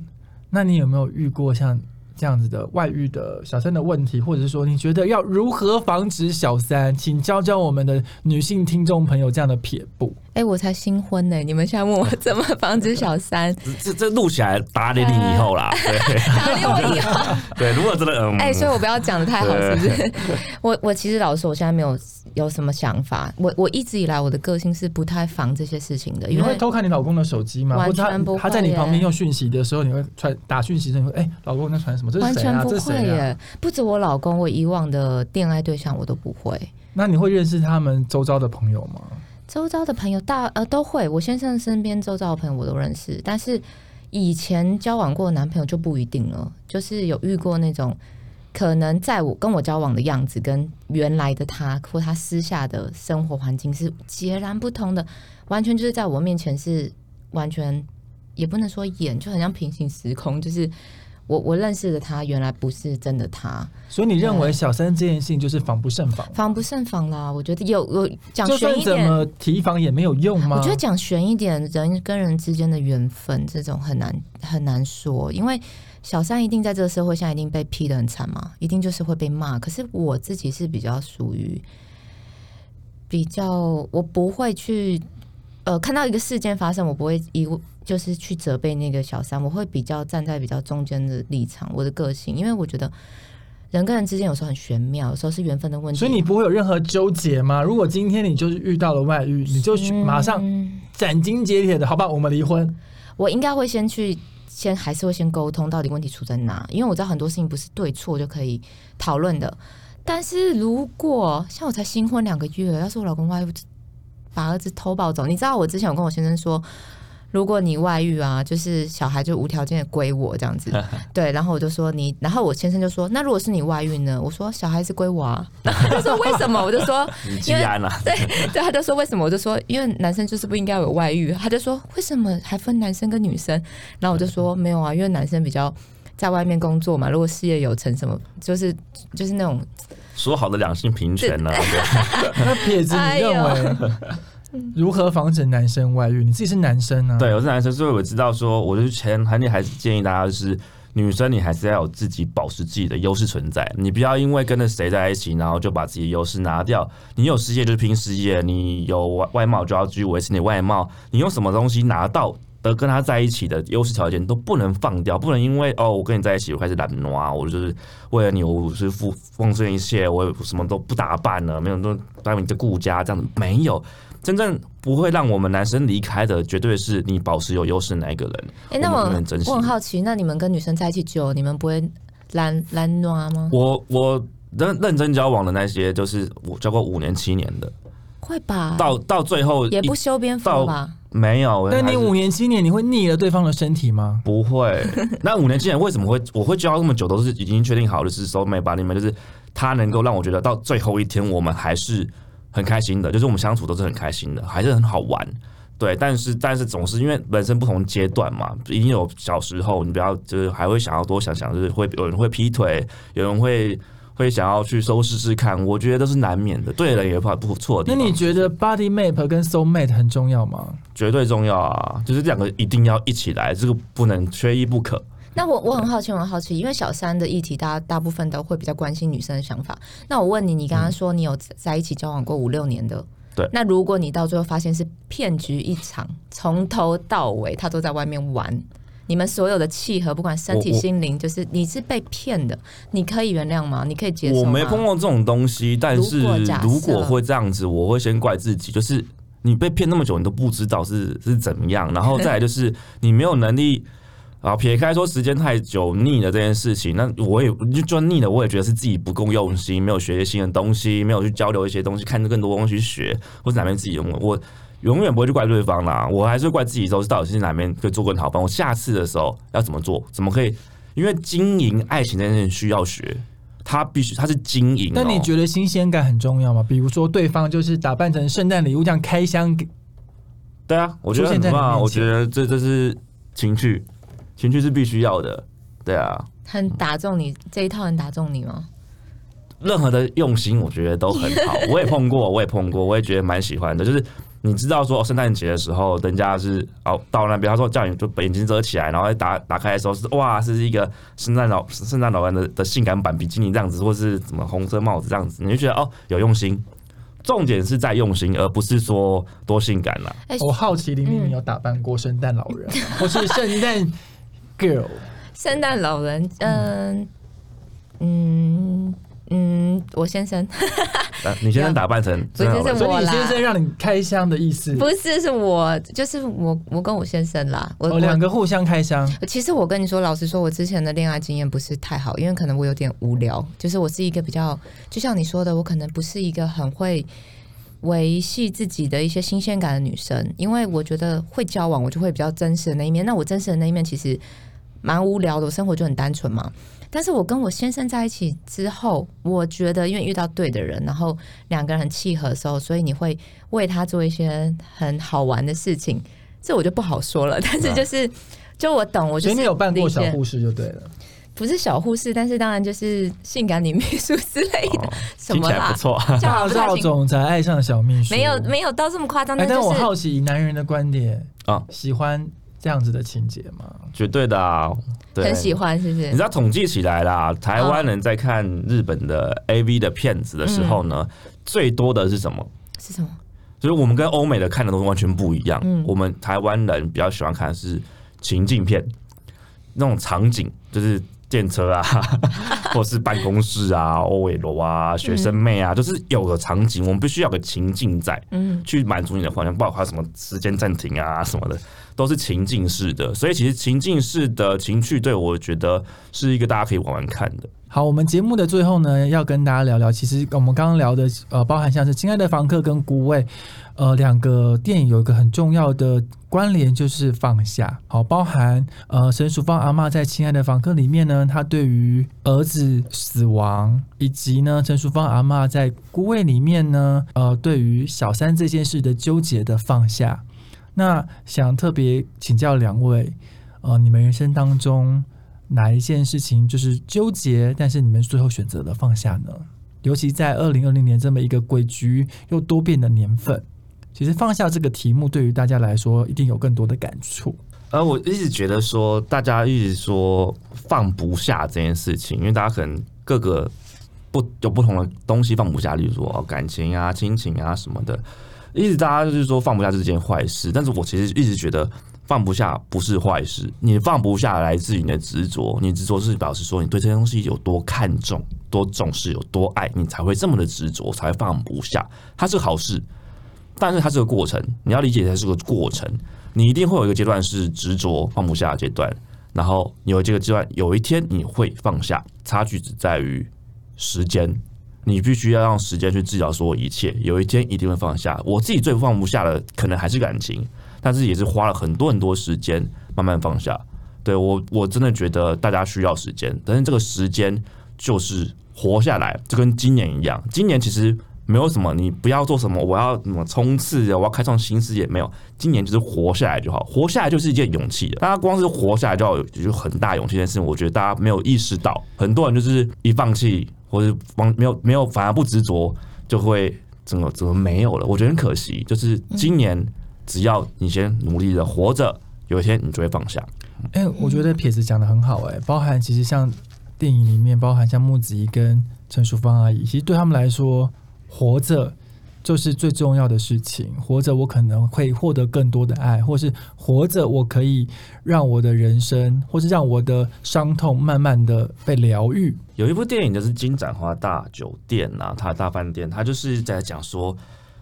S1: 那你有没有遇过像这样子的外遇的小三的问题，或者是说你觉得要如何防止小三？请教教我们的女性听众朋友这样的撇步。
S3: 哎、我才新婚呢、你们现在问我怎么防止小
S1: (laughs)
S3: 三
S2: 这这这录起来打脸你以后啦，对
S3: 打脸我以后？
S2: 对，如果真的嗯，
S3: 哎、所以我不要讲的太好，是
S2: 对
S3: 不是？ (laughs) 我我其实老实说，我现在没有有什么想法。我我一直以来我的个性是不太防这些事情的，
S1: 你
S3: 因
S1: 会
S3: 为
S1: 偷看你老公的手机吗？
S3: 完
S1: 或者他
S3: 全不会
S1: 他在你
S3: 耶
S1: 旁边用讯息的时候，你会传打讯息的时候，你会哎、老公你在传什么？这
S3: 完
S1: 是谁
S3: 全
S1: 啊？
S3: 不
S1: 这是
S3: 会
S1: 谁
S3: 耶。
S1: 啊？
S3: 不止我老公，我以往的恋爱对象我都不会。
S1: 那你会认识他们周遭的朋友吗？
S3: 周遭的朋友大呃都会，我先生身边周遭的朋友我都认识，但是以前交往过的男朋友就不一定了，就是有遇过那种可能在我跟我交往的样子，跟原来的他或他私下的生活环境是截然不同的，完全就是在我面前是完全也不能说演，就很像平行时空，就是我我认识的他原来不是真的他，
S1: 所以你认为
S3: 对
S1: 小三这件事情就是防不胜防？
S3: 防不胜防啦。我觉得有有讲
S1: 就
S3: 悬
S1: 算
S3: 嗯一
S1: 怎
S3: 点，
S1: 么提防也没有用吗？
S3: 我觉得讲悬一点，人跟人之间的缘分这种很难很难说，因为小三一定在这个社会上一定被批的很惨嘛，一定就是会被骂。可是我自己是比较属于比较，我不会去呃看到一个事件发生，我不会一就是去责备那个小三，我会比较站在比较中间的立场，我的个性，因为我觉得人跟人之间有时候很玄妙，有时候是缘分的问题。
S1: 所以你不会有任何纠结吗？如果今天你就是遇到了外遇，你就
S3: 嗯
S1: 马上斩钉截铁的，好吧，我们离婚。
S3: (laughs) 我应该会先去，先还是会先沟通到底问题出在哪，因为我知道很多事情不是对错就可以讨论的。但是如果像我才新婚两个月，要是我老公外遇，把儿子偷抱走，你知道我之前有跟我先生说，如果你外遇啊，就是小孩就无条件的归我这样子，对。然后我就说你，然后我先生就说，那如果是你外遇呢？我说小孩是归我啊。然后他说为什么？我就说
S2: 你既安啊了，
S3: (laughs) 对，他就说为什么？我就说因为男生就是不应该有外遇。他就说为什么还分男生跟女生？然后我就说没有啊，因为男生比较在外面工作嘛，如果事业有成什么，就是就是那种
S2: 说好的两性平权啊呢、
S1: 那撇子，你认
S3: 哎
S1: 为 (laughs) 如何防止男生外遇？你自己是男生啊，
S2: 对，我是男生，所以我知道说，我就是前还你还是建议大家就是。女生，你还是要有自己保持自己的优势存在，你不要因为跟着谁在一起，然后就把自己的优势拿掉。你有事业就是拼事业，你有外外貌就要去维持你的外貌，你用什么东西拿到的跟他在一起的优势条件都不能放掉，不能因为哦我跟你在一起我开始懒惰啊，我就是为了你我是付奉献一切，我也什么都不打扮了，没有都当你的顾家这样子，没有，真正不会让我们男生离开的，绝对是你保持有优势的那一个人。
S3: 哎、那
S2: 我
S3: 我
S2: 们很珍惜
S3: 我很好奇，那你们跟女生在一起久，你们不会懒懒暖吗？
S2: 我我认认真交往的那些，就是我交过五年七年的，
S3: 会吧，
S2: 到到最后
S3: 也不
S2: 一
S3: 修边幅
S2: 到
S3: 吧？
S2: 没有。
S1: 但你
S2: 还是
S1: 五年七年，你会腻了对方的身体吗？
S2: 不会， (laughs) 那五年之前为什么会我会交这么久，都是已经确定好，就是 soul mate 把你们，就是他能够让我觉得到最后一天，我们还是很开心的，就是我们相处都是很开心的，还是很好玩。对，但是但是总是因为人生不同阶段嘛，一定有小时候你不要就是还会想要多想想，就是会有人会劈腿，有人会会想要去收试试看，我觉得都是难免的，对人也怕不错的
S1: 那
S2: 地方。
S1: 你觉得 body map 跟 soul mate 很重要吗？
S2: 绝对重要啊，就是两个一定要一起来，这个不能缺一不可。
S3: 那我我很好奇，我很好奇，因为小三的议题，大家大部分都会比较关心女生的想法。那我问你，你刚刚说你有在一起交往过五六年的，
S2: 嗯对
S3: 那如果你到最后发现是骗局一场，从头到尾他都在外面玩，你们所有的契合，不管身体、
S2: 我我
S3: 心灵，就是你是被骗的，你可以原谅吗？你可以接受
S2: 我
S3: 吗？
S2: 没碰过这种东西，但是
S3: 如果假设
S2: 如果会这样子，我会先怪自己，就是你被骗那么久，你都不知道是是怎么样，然后再来就是你没有能力。啊，撇开说时间太久腻了这件事情，那我也就就算腻了，我也觉得是自己不够用心，没有学一些新的东西，没有去交流一些东西，看更多东西去学，或是哪边自己用我永远不会去怪对方啦，我还是会怪自己，说是到底是哪边可以做更好，帮我下次的时候要怎么做，怎么可以？因为经营爱情这件事情需要学，它必须它是经营、哦。
S1: 那你觉得新鲜感很重要吗？比如说对方就是打扮成圣诞礼物这样开箱给，
S2: 对啊，我觉得很
S1: 出现在你
S2: 棒
S1: 面
S2: 啊，
S1: 前
S2: 我觉得这这是情趣，情趣是必须要的。对啊，
S3: 很打中你这一套，很打中你吗？
S2: 任何的用心，我觉得都很
S3: (laughs)
S2: 好。我也碰过，我也碰过，我也觉得蛮喜欢的。就是你知道说，哦圣诞节的时候，人家是哦到那边，他说叫你就把眼睛遮起来，然后再打打开的时候是哇，是一个圣诞老圣诞老人的的性感版比基尼这样子，或是什么红色帽子这样子，你就觉得哦有用心。重点是在用心，而不是说多性感啦。
S3: 哎、
S1: 我好奇玲玲，你有打扮过圣诞老人，或是圣诞
S3: (laughs)
S1: girl？
S3: 圣诞老人，嗯嗯嗯，我先生。
S2: 啊你先生打扮成
S3: 不是
S2: 圣诞老人
S3: 是
S1: 所以
S3: 我
S1: 你
S3: 啦
S1: 先生让你开箱的意思？
S3: (laughs) 不是，是我，就是我，我跟我先生啦，我
S1: 哦，
S3: 我
S1: 两个互相开箱。
S3: 其实我跟你说，老实说，我之前的恋爱经验不是太好，因为可能我有点无聊，就是我是一个比较，就像你说的，我可能不是一个很会维系自己的一些新鲜感的女生，因为我觉得会交往，我就会比较真实的那一面。那我真实的那一面其实蛮无聊的，我生活就很单纯嘛。但是我跟我先生在一起之后，我觉得因为遇到对的人，然后两个人很契合的时候，所以你会为他做一些很好玩的事情。这我就不好说了， (laughs) 但是就是，就我懂，我就
S1: 啊所
S3: 是
S1: 以你有办过小
S3: 理解
S1: 护士就对了。
S3: 不是小护士，但是当然就是性感女秘书之类的，
S2: 哦
S3: 什
S2: 听
S3: 么
S2: 起来
S3: 啦
S2: 不，错。
S3: (laughs) 叫
S1: 大
S3: 好不太
S1: 赵
S3: 行
S1: 总裁爱上小秘书，
S3: 哦没有没有到这么夸张，
S1: 哎，
S3: 就
S1: 但
S3: 是
S1: 我好奇，以男人的观点
S2: 啊
S1: 喜欢这样子的情节吗？
S2: 绝对的、啊，对，
S3: 很喜欢，是不
S2: 你知
S3: 是？
S2: 道统计起来啦，台湾人在看日本的 A V 的片子的时候呢，最多的是什么？
S3: 是什么？
S2: 就是我们跟欧美的看的东西完全不一样。
S3: 嗯
S2: 我们台湾人比较喜欢看的是情境片，那种场景就是电车啊，或是办公室啊、欧伟楼啊、学生妹啊，就是有个场景，我们必须要有个情境在。
S3: 嗯
S2: 去满足你的幻想，包括什么时间暂停啊什么的，都是情境式的。所以其实情境式的情趣，对我觉得是一个大家可以玩玩看的。
S1: 好，我们节目的最后呢，要跟大家聊聊，其实我们刚刚聊的，呃，包含像是《亲爱的房客》跟《孤味》，呃，两个电影有一个很重要的关联，就是放下。好，包含呃，沈淑芳阿嬷在《亲爱的房客》里面呢，她对于儿子死亡，以及呢，陈淑芳阿嬷在《孤味》里面呢，呃，对于小三这件事的纠结的放下。那想特别请教两位，呃，你们人生当中哪一件事情就是纠结，但是你们最后选择了放下呢？尤其在二零二零年这么一个规矩又多变的年份，其实放下这个题目对于大家来说一定有更多的感触。
S2: 而呃我一直觉得说，大家一直说放不下这件事情，因为大家可能各个不有不同的东西放不下，例如说哦感情啊、亲情啊什么的，一直大家就是说放不下是件坏事。但是我其实一直觉得放不下不是坏事，你放不下来自于你的执着，你执着是表示说你对这些东西有多看重、多重视、有多爱，你才会这么的执着，才会放不下。它是好事，但是它是个过程，你要理解它是个过程。你一定会有一个阶段是执着放不下的阶段，然后有这个阶段，有一天你会放下，差距只在于时间。你必须要让时间去治疗所有一切，有一天一定会放下。我自己最放不下的可能还是感情，但是也是花了很多很多时间慢慢放下。对我，我真的觉得大家需要时间，但是这个时间就是活下来，就跟今年一样。今年其实没有什么，你不要做什么，我要什么冲刺啊，我要开创新事业，没有。今年就是活下来就好，活下来就是一件勇气的。大家光是活下来就要有就很大勇气这件事情，我觉得大家没有意识到，很多人就是一放弃或者放没有没有，反而不执着，就会整个怎么没有了。我觉得很可惜，就是今年只要你先努力的活着，有一天你就会放下。
S1: 哎、我觉得撇子讲的很好、哎，包含其实像电影里面，包含像木子怡跟陈淑芳阿姨，其实对他们来说，活着就是最重要的事情。活着，我可能会获得更多的爱，或是活着，我可以让我的人生，或是让我的伤痛慢慢的被疗愈。
S2: 有一部电影就是《金盏花大酒店》啊，它的大饭店，它就是在讲说，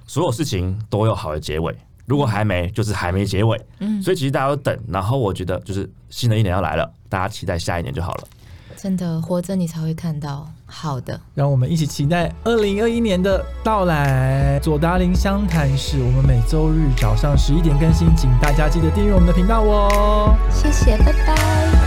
S2: 所有事情都有好的结尾，如果还没，就是还没结尾。
S3: 嗯，
S2: 所以其实大家都等。然后我觉得就是新的一年要来了，大家期待下一年就好了。
S3: 真的活着你才会看到好的。
S1: 让我们一起期待二零二一年的到来。左达林湘潭市，我们每周日早上十一点更新，请大家记得订阅我们的频道哦。
S3: 谢谢，拜拜。